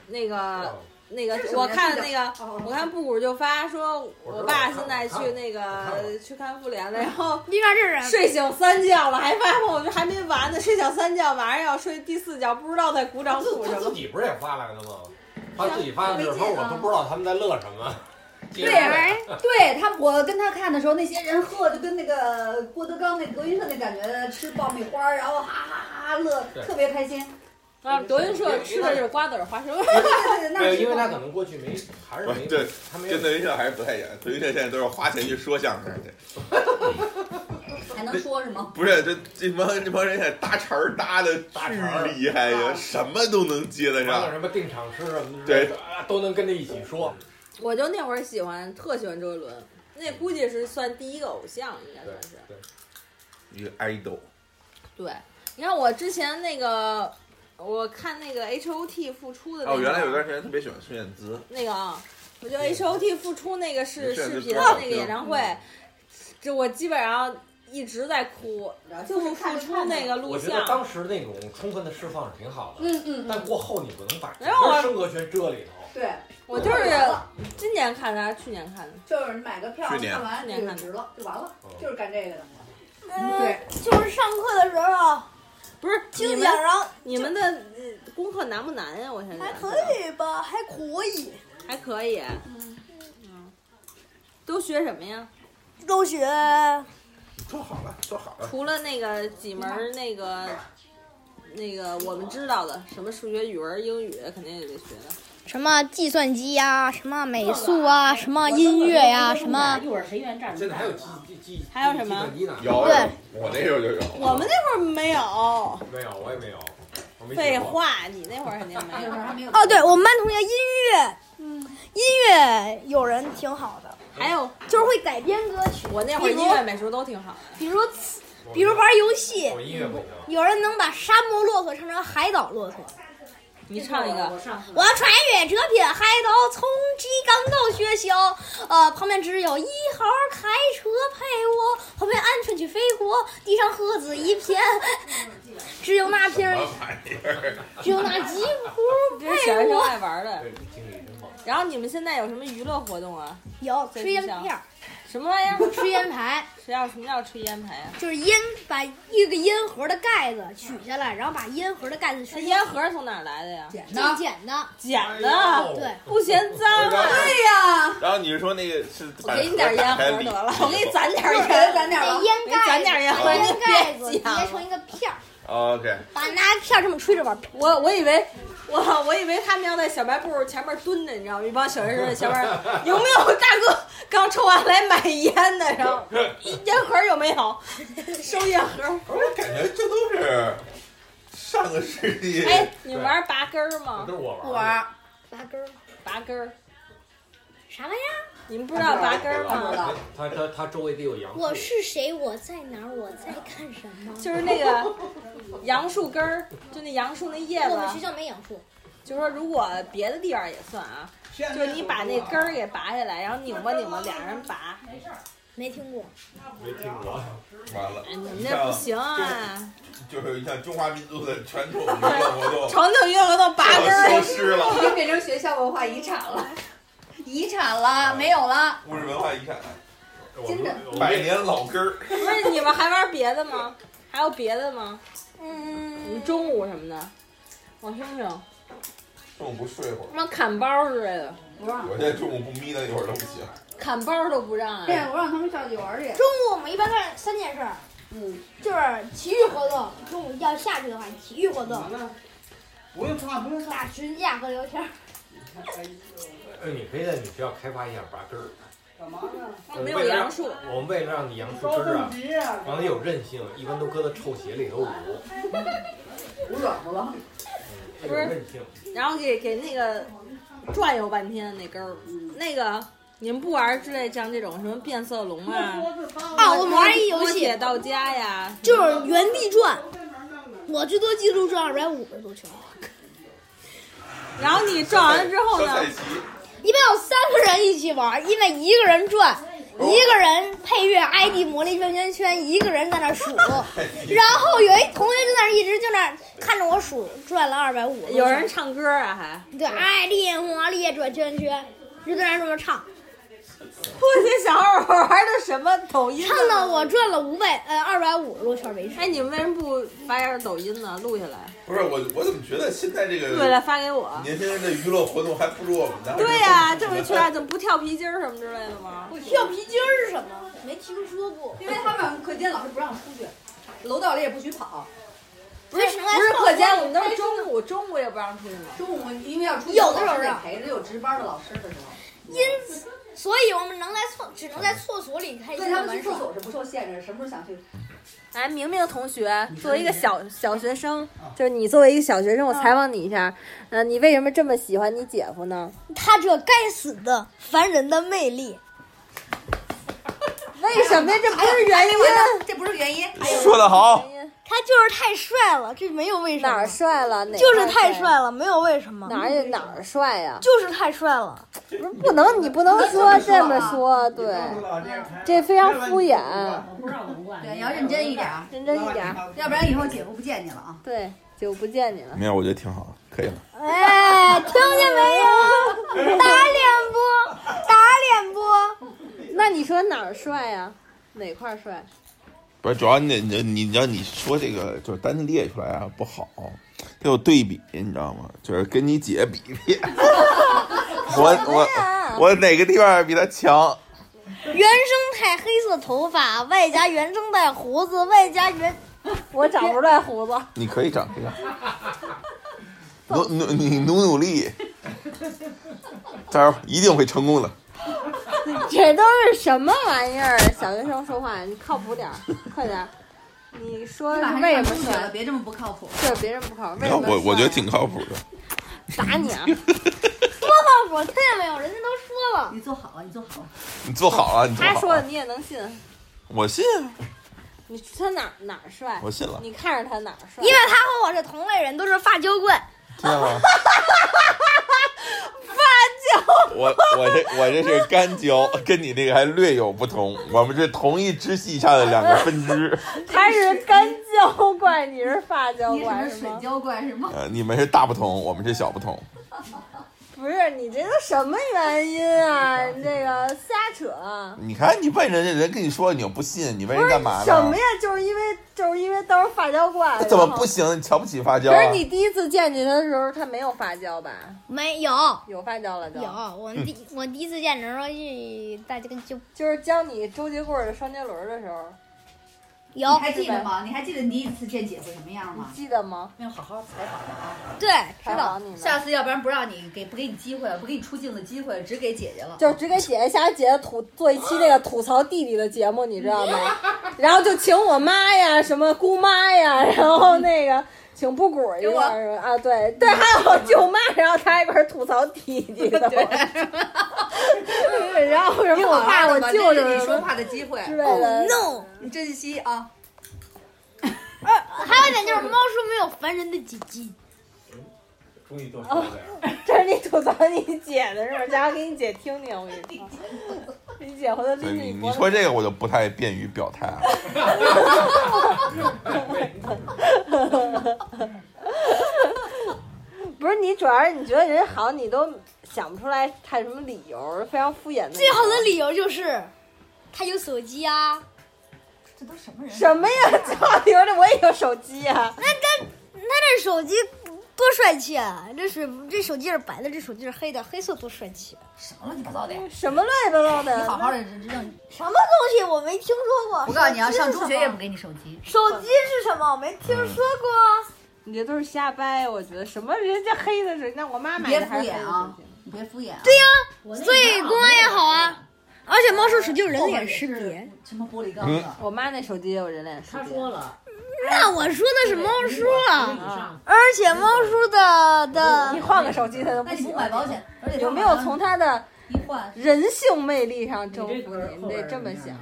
[SPEAKER 1] 那
[SPEAKER 5] 嗯
[SPEAKER 1] 个那个
[SPEAKER 6] 这是什么
[SPEAKER 1] 我
[SPEAKER 6] 呀
[SPEAKER 1] 看
[SPEAKER 6] 这
[SPEAKER 1] 那个。
[SPEAKER 6] 哦
[SPEAKER 1] 我看布谷就发说，我爸现在去那
[SPEAKER 5] 我看
[SPEAKER 1] 个
[SPEAKER 5] 了
[SPEAKER 1] 去看复联了，然后
[SPEAKER 4] 你看这 人，
[SPEAKER 1] 睡醒三觉了，还发我这还没完呢，睡醒三觉，晚上要睡第四觉，不知道在鼓掌
[SPEAKER 5] 他自
[SPEAKER 1] 鼓什
[SPEAKER 5] 他自
[SPEAKER 1] 么。
[SPEAKER 5] 己不是也发来了吗？他自己发的那时候，我都不知道他们在乐什么。
[SPEAKER 6] 对，对他，我跟他看的时候，那些人喝就跟那个郭德纲那德云社那感觉，吃爆米花，然后哈哈哈乐，
[SPEAKER 5] 对
[SPEAKER 6] 特别开心。
[SPEAKER 1] 啊，德云社吃的是瓜子儿花生，
[SPEAKER 6] 对对对，那
[SPEAKER 5] 没有，
[SPEAKER 6] 是
[SPEAKER 5] 因为他可能过去没还是没
[SPEAKER 3] 对，
[SPEAKER 5] 他没有
[SPEAKER 3] 跟德云社还是不太一样，德云社现在都是花钱去说相声去，
[SPEAKER 6] 还能说是吗？
[SPEAKER 3] 不是这这帮这帮人现在搭茬儿搭的
[SPEAKER 5] 搭茬儿
[SPEAKER 3] 巨厉害呀，
[SPEAKER 6] 啊
[SPEAKER 3] 什么都能接得
[SPEAKER 5] 还有
[SPEAKER 3] 上。
[SPEAKER 5] 什么定场诗什么的，
[SPEAKER 3] 对
[SPEAKER 5] 啊，都能跟着一起说。
[SPEAKER 1] 我就那会儿喜欢，特喜欢周杰伦，那估计是算第一个偶像，应该
[SPEAKER 5] 对
[SPEAKER 1] 算是。
[SPEAKER 5] 对，
[SPEAKER 3] 一个 idol，
[SPEAKER 1] 对，你看我之前那个，我看那个 H O T 复出的那
[SPEAKER 3] 哦，
[SPEAKER 1] 个，
[SPEAKER 3] 原来有段时间特别喜欢孙燕姿，
[SPEAKER 1] 那个啊，我觉得 H O T 复出那个是
[SPEAKER 3] 没事
[SPEAKER 1] 视
[SPEAKER 3] 就
[SPEAKER 1] 频
[SPEAKER 3] 知
[SPEAKER 1] 的
[SPEAKER 3] 道
[SPEAKER 1] 那个演唱会，这我基本上一直在哭，就是复出那个录
[SPEAKER 5] 我觉得
[SPEAKER 1] 像。
[SPEAKER 5] 当时那种充分的释放是挺好的，
[SPEAKER 6] 嗯嗯嗯，
[SPEAKER 5] 但过后你不能把整
[SPEAKER 1] 没有
[SPEAKER 5] 个
[SPEAKER 1] 啊
[SPEAKER 5] 生格圈遮里头。
[SPEAKER 6] 对，
[SPEAKER 1] 我就是今年看的还是去年看的？
[SPEAKER 6] 就是买个票
[SPEAKER 3] 去年哦
[SPEAKER 6] 看完
[SPEAKER 1] 去年
[SPEAKER 6] 就
[SPEAKER 1] 看的
[SPEAKER 6] 值了，就完了
[SPEAKER 5] 嗯，
[SPEAKER 6] 就是干这个的。
[SPEAKER 7] 嗯
[SPEAKER 4] 对，呃就是上课的时候
[SPEAKER 1] 不是你
[SPEAKER 4] 听
[SPEAKER 1] 们
[SPEAKER 4] 讲，然后
[SPEAKER 1] 你们的呃功课难不难呀？我现在
[SPEAKER 4] 还可以吧，还可以，
[SPEAKER 1] 还可以，嗯，都学什么呀？
[SPEAKER 4] 都学
[SPEAKER 3] 说好了，说好了，
[SPEAKER 1] 除了那个几门儿那个那个我们知道的，什么数学、语文、英语，肯定也得学的。
[SPEAKER 7] 什么计算机呀、什么美术
[SPEAKER 4] 哎
[SPEAKER 7] 啊，什么音乐呀、什么
[SPEAKER 8] 一会儿谁愿站着
[SPEAKER 5] 现在还有计计计，
[SPEAKER 1] 嗯还有什么
[SPEAKER 5] 计算机呢？
[SPEAKER 3] 有，
[SPEAKER 7] 对
[SPEAKER 3] 我那时候就有，
[SPEAKER 1] 我们那会儿没有，
[SPEAKER 5] 没有？我也没有，我没学过
[SPEAKER 1] 废。话，你那会儿肯定没
[SPEAKER 6] 那会儿
[SPEAKER 1] 有。
[SPEAKER 6] 还没有
[SPEAKER 4] 哦，对我们班同学音乐，音乐有人挺好的，
[SPEAKER 1] 还有
[SPEAKER 4] 就是会改编歌曲，
[SPEAKER 1] 我那会儿音乐、美术都挺好的，
[SPEAKER 4] 比如
[SPEAKER 5] 我
[SPEAKER 4] 比如玩游戏
[SPEAKER 5] 我，音乐不行，
[SPEAKER 4] 有人能把沙漠骆驼唱成海岛骆驼。
[SPEAKER 1] 你唱一
[SPEAKER 8] 我
[SPEAKER 1] 个。
[SPEAKER 8] 上次
[SPEAKER 4] 我穿越这片海岛，从机港到学校，呃，旁边只有一号开车陪我，旁边鹌鹑去飞过，地上盒子一片，只有那
[SPEAKER 3] 什
[SPEAKER 4] 片
[SPEAKER 3] 么
[SPEAKER 4] 儿，
[SPEAKER 3] 玩意 儿？
[SPEAKER 4] 只有那几乎
[SPEAKER 1] 这啊是小学
[SPEAKER 4] 陪
[SPEAKER 1] 生
[SPEAKER 4] 我。
[SPEAKER 1] 爱玩的。
[SPEAKER 5] 对，经理真棒。
[SPEAKER 1] 然后你们现在有什么娱乐活动啊？
[SPEAKER 4] 有吃烟片儿，
[SPEAKER 1] 什么玩意儿？
[SPEAKER 4] 吃烟排，
[SPEAKER 1] 谁要什么叫吃烟排啊？
[SPEAKER 4] 就是烟，把一个烟盒的盖子取下来，然后把烟盒的盖子
[SPEAKER 1] 那
[SPEAKER 4] 吃
[SPEAKER 1] 烟盒从哪儿来的呀？
[SPEAKER 6] 捡的，
[SPEAKER 4] 挺简单。
[SPEAKER 1] 捡
[SPEAKER 5] 哎
[SPEAKER 1] 的，
[SPEAKER 5] 呦
[SPEAKER 4] 对
[SPEAKER 1] 不嫌脏啊。
[SPEAKER 6] 对呀，
[SPEAKER 3] 然后你是说那个是
[SPEAKER 1] 我给你点烟盒得了，我给你攒点
[SPEAKER 6] 给
[SPEAKER 1] 烟。
[SPEAKER 6] 咱点
[SPEAKER 4] 把
[SPEAKER 6] 吧。
[SPEAKER 4] 烟盖子，
[SPEAKER 1] 攒点烟
[SPEAKER 4] 把
[SPEAKER 1] 灰
[SPEAKER 4] 烟盖子
[SPEAKER 1] 别
[SPEAKER 4] 叠
[SPEAKER 1] 讲
[SPEAKER 4] 成一个片儿，
[SPEAKER 3] 哦 OK，
[SPEAKER 4] 把拿片儿这么吹着玩。
[SPEAKER 1] 我我以为我我以为他们要在小卖部前面蹲着，你知道吗？一帮小学生在前面，有没有大哥刚抽完来买烟的？然后烟盒有没有？收烟盒。
[SPEAKER 3] 我感觉这都是上个世纪，
[SPEAKER 1] 哎，你玩拔根儿
[SPEAKER 5] 这
[SPEAKER 1] 吗
[SPEAKER 5] 都？是我玩的。
[SPEAKER 6] 不玩儿，
[SPEAKER 4] 拔根儿
[SPEAKER 1] 拔根儿，
[SPEAKER 4] 啥玩意儿？
[SPEAKER 1] 你们不知道拔根儿
[SPEAKER 6] 不 知
[SPEAKER 1] 吗？
[SPEAKER 6] 道
[SPEAKER 5] 他他他周围得有杨树。
[SPEAKER 4] 我是谁？我在哪儿？我在干什么？
[SPEAKER 1] 就是那个杨树根儿，就那杨树那叶
[SPEAKER 4] 我们学
[SPEAKER 1] 子。
[SPEAKER 4] 校没养树，
[SPEAKER 1] 就说如果别的地方也算啊，就是你把那根儿给拔下来，然后拧吧拧吧，俩人拔。
[SPEAKER 4] 没听过。
[SPEAKER 5] 没听过。
[SPEAKER 3] 完了，
[SPEAKER 1] 哎，你们这不行啊！
[SPEAKER 3] 就是像中华民族的传统娱乐活动，
[SPEAKER 1] 传统娱乐活动拔根
[SPEAKER 3] 我消
[SPEAKER 1] 儿，
[SPEAKER 3] 失了
[SPEAKER 6] 已，经变成学校文化遗产了，遗产了，没有了。
[SPEAKER 3] 物质文化遗产，
[SPEAKER 5] 我
[SPEAKER 6] 真的
[SPEAKER 5] 我
[SPEAKER 3] 百年老根儿。
[SPEAKER 1] 不是你们还玩别的吗？还有别的吗？你
[SPEAKER 4] 嗯，
[SPEAKER 1] 们中午什么的，我听听，什
[SPEAKER 3] 中午不睡会儿，
[SPEAKER 1] 么砍包之类的，
[SPEAKER 6] 不让，
[SPEAKER 3] 我现在中午不眯瞪一会儿都不行。
[SPEAKER 1] 砍包都不让
[SPEAKER 6] 对
[SPEAKER 1] 啊。，
[SPEAKER 6] 我让他们上去玩儿去。
[SPEAKER 4] 中午我们一般干三件事儿，
[SPEAKER 6] 嗯，
[SPEAKER 4] 就是体育活动。中午要下去的话，体育活动、
[SPEAKER 8] 嗯不用唱，不用唱。
[SPEAKER 4] 打群架和聊天儿。
[SPEAKER 5] 哎，你可以在你学校开发一下拔根儿。呃
[SPEAKER 6] 干嘛呢？
[SPEAKER 5] 我们
[SPEAKER 1] 没
[SPEAKER 5] 为
[SPEAKER 1] 有
[SPEAKER 5] 了让
[SPEAKER 1] 杨树，
[SPEAKER 5] 我们为了让你杨树根儿啊，让它有韧性，一般都搁在臭鞋里头捂，
[SPEAKER 6] 捂软和了。
[SPEAKER 5] 它有韧性。
[SPEAKER 1] 然后给给那个转悠半天那根儿，那个你们不玩之类像这种什么变色龙啊，
[SPEAKER 4] 啊，我们玩一游
[SPEAKER 1] 摸铁
[SPEAKER 4] 戏，
[SPEAKER 1] 到家呀，
[SPEAKER 4] 就是原地转。我最多记录转二百五十多圈，
[SPEAKER 1] 然后你转完了之后
[SPEAKER 3] 上赛，
[SPEAKER 1] 呢
[SPEAKER 3] 季
[SPEAKER 4] 一般有三个人一起玩，因为一个人转，一个人配乐 ID 魔力转圈圈，一个人在那数。然后有一同学就在那儿一直就那儿看着我数，转了二百五。
[SPEAKER 1] 有人唱歌啊还，
[SPEAKER 4] 对爱丽魔力转圈圈，就在那儿这么唱，
[SPEAKER 1] 我这小孩儿玩的什么抖音？
[SPEAKER 4] 唱到我。转了五百呃二百五十多圈为止。
[SPEAKER 1] 哎，你们为什么不发点抖音呢？录下来，
[SPEAKER 3] 不是我，我怎么觉得现在这
[SPEAKER 1] 录下来
[SPEAKER 3] 个
[SPEAKER 1] 发给我。
[SPEAKER 3] 年轻人的娱乐活动还不如我们的？
[SPEAKER 1] 对呀、这
[SPEAKER 3] 回
[SPEAKER 1] 回去啊，怎么不跳皮筋儿什么之类的吗？
[SPEAKER 4] 跳皮筋儿是什么？没听说过。
[SPEAKER 6] 因为他们课间老师不让出去，楼道里也不许跑。
[SPEAKER 4] 不是
[SPEAKER 1] 不是课间，我们都是中午，中午也不让出去吗？
[SPEAKER 6] 中午因为要出去，
[SPEAKER 4] 有的时候
[SPEAKER 6] 老师得
[SPEAKER 4] 让
[SPEAKER 6] 陪着有值班的老师的时候，
[SPEAKER 4] 因此，所以我们能在厕只能在厕所里开
[SPEAKER 6] 对
[SPEAKER 4] 心
[SPEAKER 6] 他
[SPEAKER 4] 的
[SPEAKER 6] 们去
[SPEAKER 4] 玩
[SPEAKER 6] 厕
[SPEAKER 4] 耍。
[SPEAKER 6] 所是不受限制，什么时候想去？
[SPEAKER 1] 哎，明明同学，作为一个小小学生，就是你作为一个小学生，我采访你一下，呃，你为什么这么喜欢你姐夫呢？
[SPEAKER 4] 他这该死的凡人的魅力，
[SPEAKER 1] 哎
[SPEAKER 9] 为什么呀？这不是原
[SPEAKER 1] 啊
[SPEAKER 9] 因。
[SPEAKER 6] 这不是原因。
[SPEAKER 3] 说得好，
[SPEAKER 4] 他就是太帅了，这没有为什么，
[SPEAKER 1] 哪儿帅了？哪
[SPEAKER 4] 就是太帅了，没有为什么，
[SPEAKER 1] 哪儿哪儿帅呀、
[SPEAKER 4] 就是太帅了。
[SPEAKER 1] 不能，你不能说这么说，对，这非常敷衍，
[SPEAKER 6] 对，你要认真一点啊，
[SPEAKER 1] 认真一点，
[SPEAKER 6] 要不然以后姐夫不见你了啊。
[SPEAKER 1] 对，久不见你了。
[SPEAKER 3] 没有，我觉得挺好，可以了。
[SPEAKER 4] 哎，听见没有？ 打脸不？打脸不？
[SPEAKER 1] 那你说哪儿帅呀、哪块儿帅？
[SPEAKER 3] 不是，主要你你你你要你说这个就是单列出来啊不好，得有对比，你知道吗？就是跟你姐比 比，我我我哪个地方比她强？
[SPEAKER 4] 原生态黑色头发，外加原生态胡子，外加原
[SPEAKER 1] 我长不出来胡子，
[SPEAKER 3] 你可以长这样，努努你努努力，加油，一定会成功的。
[SPEAKER 1] 这都是什么玩意儿？小学生说话，你靠谱点儿，快点儿。你说
[SPEAKER 6] 你马上
[SPEAKER 1] 为什
[SPEAKER 6] 上
[SPEAKER 1] 么
[SPEAKER 6] 中学了，
[SPEAKER 1] 帅？
[SPEAKER 6] 别这么不靠谱。
[SPEAKER 1] 对，别人不靠谱。为什么
[SPEAKER 3] 啊我我觉得
[SPEAKER 1] 帅
[SPEAKER 3] 挺靠谱的，
[SPEAKER 1] 打你 啊！
[SPEAKER 4] 靠谱，听见没有？人家都说了，
[SPEAKER 6] 你坐好，你坐好。
[SPEAKER 3] 你做好了，你做
[SPEAKER 1] 他
[SPEAKER 3] 好
[SPEAKER 1] 说的
[SPEAKER 3] 了，
[SPEAKER 1] 你也能信？
[SPEAKER 3] 我信啊，
[SPEAKER 1] 你他哪儿哪儿帅？
[SPEAKER 3] 我信了，
[SPEAKER 1] 你看着他哪儿帅？
[SPEAKER 4] 因为他和我是同类人，都是发胶棍。
[SPEAKER 3] 听见吗？我我这我这是干胶，跟你那个还略有不同。我们是同一支系下的两个分支，
[SPEAKER 1] 他是干胶怪，你是发胶
[SPEAKER 6] 你什么
[SPEAKER 1] 怪是
[SPEAKER 6] 水
[SPEAKER 1] 吗？
[SPEAKER 6] 浇灌是吗？
[SPEAKER 3] 呃，你们是大不同，我们是小不同。
[SPEAKER 1] 不是，你这都什么原因 啊？你这个瞎扯啊。
[SPEAKER 3] 你看，你问人家，人跟你说你又不信，你问人干嘛呢？
[SPEAKER 1] 什么呀？就是因为就是因为都是发胶怪。
[SPEAKER 3] 怎么
[SPEAKER 1] 然后
[SPEAKER 3] 不行？你瞧不起发胶、
[SPEAKER 1] 可
[SPEAKER 3] 啊？
[SPEAKER 1] 是你第一次见见他的时候，他没有发胶吧？
[SPEAKER 4] 没有。
[SPEAKER 1] 有发胶了就。
[SPEAKER 4] 有，我第、我第一次见的时候，一大家就
[SPEAKER 1] 就是教你周杰棍儿的双节轮儿的时候，
[SPEAKER 4] 有
[SPEAKER 6] 你还记得吗？你还记得你第一次见姐夫什么样吗？
[SPEAKER 1] 记得吗？
[SPEAKER 6] 没有好好采访他啊。
[SPEAKER 4] 对，知
[SPEAKER 1] 采
[SPEAKER 4] 道
[SPEAKER 1] 访你呢。
[SPEAKER 6] 下次要不然不让你给不给你机会了，不给你出镜的机会，只给姐姐了。
[SPEAKER 1] 就是只给姐姐瞎姐吐做一期那个吐槽弟弟的节目，你知道吗？然后就请我妈呀，什么姑妈呀，然后那个请布谷一块儿啊，对对，还有我舅妈，然后她一边吐槽弟弟的，然后什么我爸我舅
[SPEAKER 6] 这是
[SPEAKER 1] 舅
[SPEAKER 6] 你
[SPEAKER 1] 什
[SPEAKER 6] 说
[SPEAKER 1] 么
[SPEAKER 6] 话的机会，
[SPEAKER 1] 之类的。
[SPEAKER 4] no。
[SPEAKER 6] 你珍惜啊！
[SPEAKER 4] 还有一点就是，猫叔没有烦人的姐姐。
[SPEAKER 5] 终于多说了点儿。
[SPEAKER 1] 这是你吐槽你姐的事儿，然后给你姐听听，我跟你说，你姐回头
[SPEAKER 3] 对
[SPEAKER 1] 拎着
[SPEAKER 3] 你
[SPEAKER 1] 脖
[SPEAKER 3] 你
[SPEAKER 1] 子
[SPEAKER 3] 说这个我就不太便于表态啊。
[SPEAKER 1] 不是你，主要是你觉得人好，你都想不出来他有什么理由，非常敷衍的。
[SPEAKER 4] 最好的理由就是，他有手机啊。
[SPEAKER 6] 这都什么人？
[SPEAKER 1] 什么呀？最好的理由，这我也有手机啊。
[SPEAKER 4] 那这手机多帅气啊！这水这手机是白的，这手机是黑的，黑色多帅气、啊。
[SPEAKER 6] 什么乱七八糟的？你
[SPEAKER 1] 什么乱七八糟
[SPEAKER 6] 好
[SPEAKER 1] 的？
[SPEAKER 6] 好的让。
[SPEAKER 4] 什么东西我没听说过？
[SPEAKER 6] 我告诉 你
[SPEAKER 4] 手
[SPEAKER 6] 啊，
[SPEAKER 4] 机是
[SPEAKER 6] 上中学
[SPEAKER 4] 什么
[SPEAKER 6] 也不给你手机。
[SPEAKER 4] 手机是什么？我没听说过啊。
[SPEAKER 1] 你这都是瞎掰，我觉得什么人家黑的手机，那我妈买
[SPEAKER 6] 别
[SPEAKER 1] 的
[SPEAKER 6] 敷
[SPEAKER 1] 还是黑
[SPEAKER 6] 衍
[SPEAKER 1] 的
[SPEAKER 6] 啊
[SPEAKER 1] 手机。！
[SPEAKER 6] 你别敷衍、啊。对呀、
[SPEAKER 4] 所以公安也好啊，而且猫叔使劲人脸识别。。
[SPEAKER 6] 什么玻璃缸啊？
[SPEAKER 1] 我妈那手机也有人脸识别。
[SPEAKER 10] 了，
[SPEAKER 4] 那我说的是猫叔啊，
[SPEAKER 10] 上
[SPEAKER 4] 而且猫叔的
[SPEAKER 1] 你
[SPEAKER 4] 的
[SPEAKER 1] 换个手机，她都不
[SPEAKER 6] 那你
[SPEAKER 1] 喜
[SPEAKER 6] 不
[SPEAKER 1] 欢。
[SPEAKER 6] 买保险， 而且
[SPEAKER 1] 有没有从她的
[SPEAKER 6] 一换？
[SPEAKER 1] 人性魅力上征服你？你得这么想，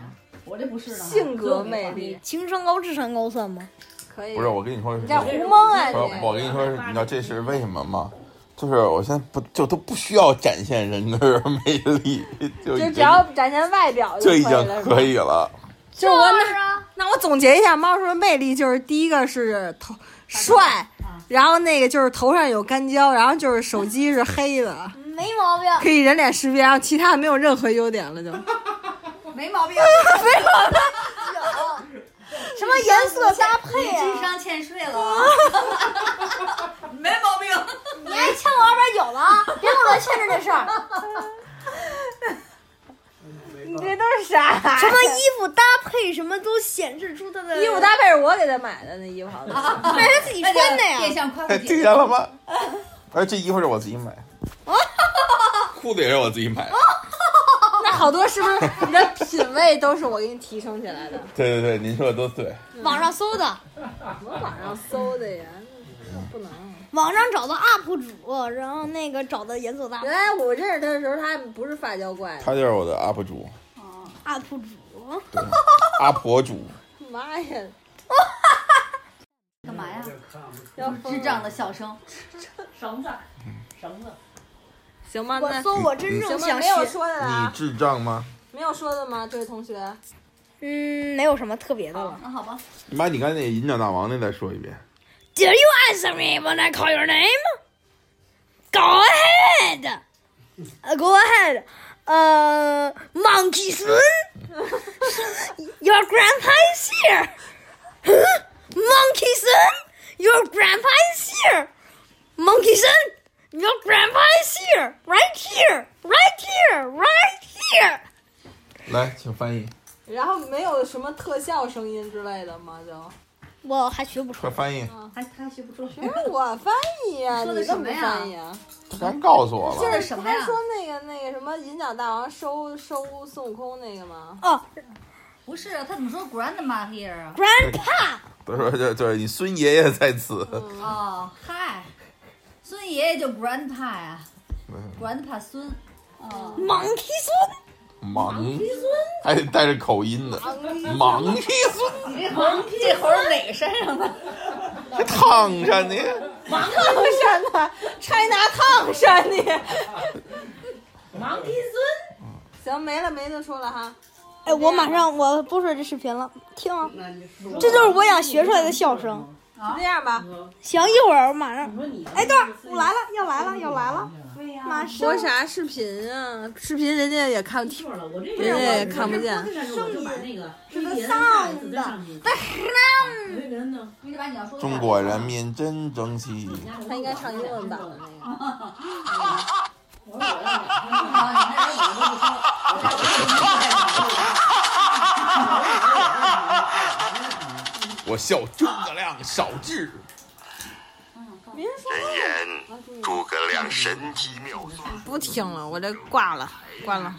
[SPEAKER 6] 我这不是呢
[SPEAKER 1] 性格魅力。
[SPEAKER 4] 情商高、智商高算吗？
[SPEAKER 1] 可以。
[SPEAKER 3] 不是，我跟你说是这
[SPEAKER 1] 你在
[SPEAKER 3] 样。
[SPEAKER 1] 胡蒙啊
[SPEAKER 3] 我
[SPEAKER 1] 你！
[SPEAKER 3] 我跟你说，你知道这是为什么吗？就是我现在不就都不需要展现人格 魅力，就
[SPEAKER 1] 就
[SPEAKER 3] 已
[SPEAKER 1] 只
[SPEAKER 3] 经
[SPEAKER 1] 要展现外表
[SPEAKER 3] 就
[SPEAKER 1] 可以
[SPEAKER 3] 已
[SPEAKER 1] 了，
[SPEAKER 3] 经
[SPEAKER 1] 是吧
[SPEAKER 3] 可以了。
[SPEAKER 1] 就
[SPEAKER 4] 啊
[SPEAKER 1] 我那那我总结一下，猫叔的魅力就是第一个是头帅，然后那个就是头上有干胶，然后就是手机是黑的，
[SPEAKER 4] 没毛病。
[SPEAKER 1] 可以人脸识别，然后其他没有任何优点了就。
[SPEAKER 6] 没毛
[SPEAKER 1] 啊
[SPEAKER 6] 病，
[SPEAKER 4] 什么颜色搭配
[SPEAKER 6] 智
[SPEAKER 4] 啊？
[SPEAKER 6] 商欠税了啊， 没毛病。
[SPEAKER 4] 你还欠我二百九了啊！别跟我说欠着这事儿。
[SPEAKER 1] 你这都是啥？
[SPEAKER 4] 什么衣服搭配，什么都显示出他的
[SPEAKER 1] 衣服搭配是我给他买的，那衣服好像。
[SPEAKER 4] 配是他自己穿的
[SPEAKER 6] 变
[SPEAKER 4] 呀。
[SPEAKER 6] 相夸
[SPEAKER 3] 哎，
[SPEAKER 6] 自
[SPEAKER 3] 听
[SPEAKER 6] 己。
[SPEAKER 3] 见了吗？而这衣服是我自己买的， 裤子也是我自己买的。
[SPEAKER 1] 那好多是不是你的品味都是我给你提升起来的？
[SPEAKER 3] 对对对，您说的都对。
[SPEAKER 4] 网上搜的，
[SPEAKER 1] 网上搜的 呀，不能。啊
[SPEAKER 4] 网上找的 UP 主，然后那个找的颜色搭
[SPEAKER 1] 原来我认识他的时候，他还不是发胶怪呢。
[SPEAKER 3] 他就是我的 UP 主，
[SPEAKER 4] UP 主。
[SPEAKER 3] 对，阿婆主，
[SPEAKER 1] 妈呀！
[SPEAKER 6] 干嘛呀？
[SPEAKER 1] 要疯
[SPEAKER 6] 智
[SPEAKER 1] 了
[SPEAKER 6] 障的笑声，
[SPEAKER 11] 绳子，绳子，
[SPEAKER 1] 行吧，
[SPEAKER 4] 我
[SPEAKER 1] 那
[SPEAKER 4] 搜我真正
[SPEAKER 1] 行吧，
[SPEAKER 4] 想
[SPEAKER 1] 没
[SPEAKER 4] 学
[SPEAKER 1] 有，说的了
[SPEAKER 3] 你
[SPEAKER 1] 啊，
[SPEAKER 3] 智障吗？
[SPEAKER 1] 没有说的吗？这位同学，
[SPEAKER 4] 嗯，没有什么特别的了。
[SPEAKER 6] 那好吧。
[SPEAKER 3] 你把你刚才那银掌大王那再说一遍。
[SPEAKER 4] Do you answer me when I call your name? Go ahead. Uh, go ahead. Uh, monkey son, your grandpa is here. Huh? Monkey son, your grandpa is here. Monkey son, your grandpa is here. Right here. Right here. Right here.
[SPEAKER 3] 来，请翻译，
[SPEAKER 1] 然后没有什么特效声音之类的吗？就
[SPEAKER 4] 我还学不出
[SPEAKER 3] 快翻译！
[SPEAKER 6] 还啊他还学不出来。
[SPEAKER 1] 不是哎我翻译呀、
[SPEAKER 6] 说的
[SPEAKER 1] 你怎
[SPEAKER 6] 什么
[SPEAKER 1] 么
[SPEAKER 6] 呀
[SPEAKER 1] 翻译啊？
[SPEAKER 3] 他刚告诉我
[SPEAKER 6] 说
[SPEAKER 3] 了，
[SPEAKER 6] 的什么呀
[SPEAKER 1] 他说那个那个什么银角大王收收孙悟空那个吗？
[SPEAKER 4] 哦
[SPEAKER 6] 不是他怎么说 grandma here 啊？
[SPEAKER 4] ，grandpa
[SPEAKER 3] 他说就就是你孙爷爷在此，
[SPEAKER 11] 嗯
[SPEAKER 6] 哦，嗨，孙爷爷就 grandpa 呀、，grandpa
[SPEAKER 3] 嗯
[SPEAKER 6] 孙。哦，
[SPEAKER 4] monkey son。
[SPEAKER 3] 忙， 还得带着口音呢，忙一孙，
[SPEAKER 6] 你这猴儿这猴儿哪个身上的？
[SPEAKER 3] 还烫上 呢，
[SPEAKER 1] 烫山的，China 烫山的。
[SPEAKER 11] 盲皮孙。
[SPEAKER 1] 行，没了没得说了哈。
[SPEAKER 4] 哎，我马上我播出来这视频了，听啊，
[SPEAKER 11] 那你说
[SPEAKER 4] 这就是我想学出来的笑声。
[SPEAKER 1] 就这样吧，
[SPEAKER 4] 行，一会儿我马上
[SPEAKER 11] 你，说你
[SPEAKER 4] 哎，等会儿我来了，要来了，要来了，马上
[SPEAKER 1] 嗯播啥视频啊？视频人家也看，
[SPEAKER 11] 一会儿了，我这
[SPEAKER 1] 人家也看不见。
[SPEAKER 11] 我就把那个是
[SPEAKER 4] 的
[SPEAKER 11] 上
[SPEAKER 4] 上的
[SPEAKER 11] 的，没人呢。
[SPEAKER 6] 哎你得把你要说的
[SPEAKER 3] 中国人民真争 气。
[SPEAKER 1] 他应该唱英文版的那个。
[SPEAKER 11] 我说我要
[SPEAKER 3] 我笑诸葛亮少智，
[SPEAKER 12] 人言诸葛亮神机妙算，
[SPEAKER 1] 不听了，我这挂了，挂了。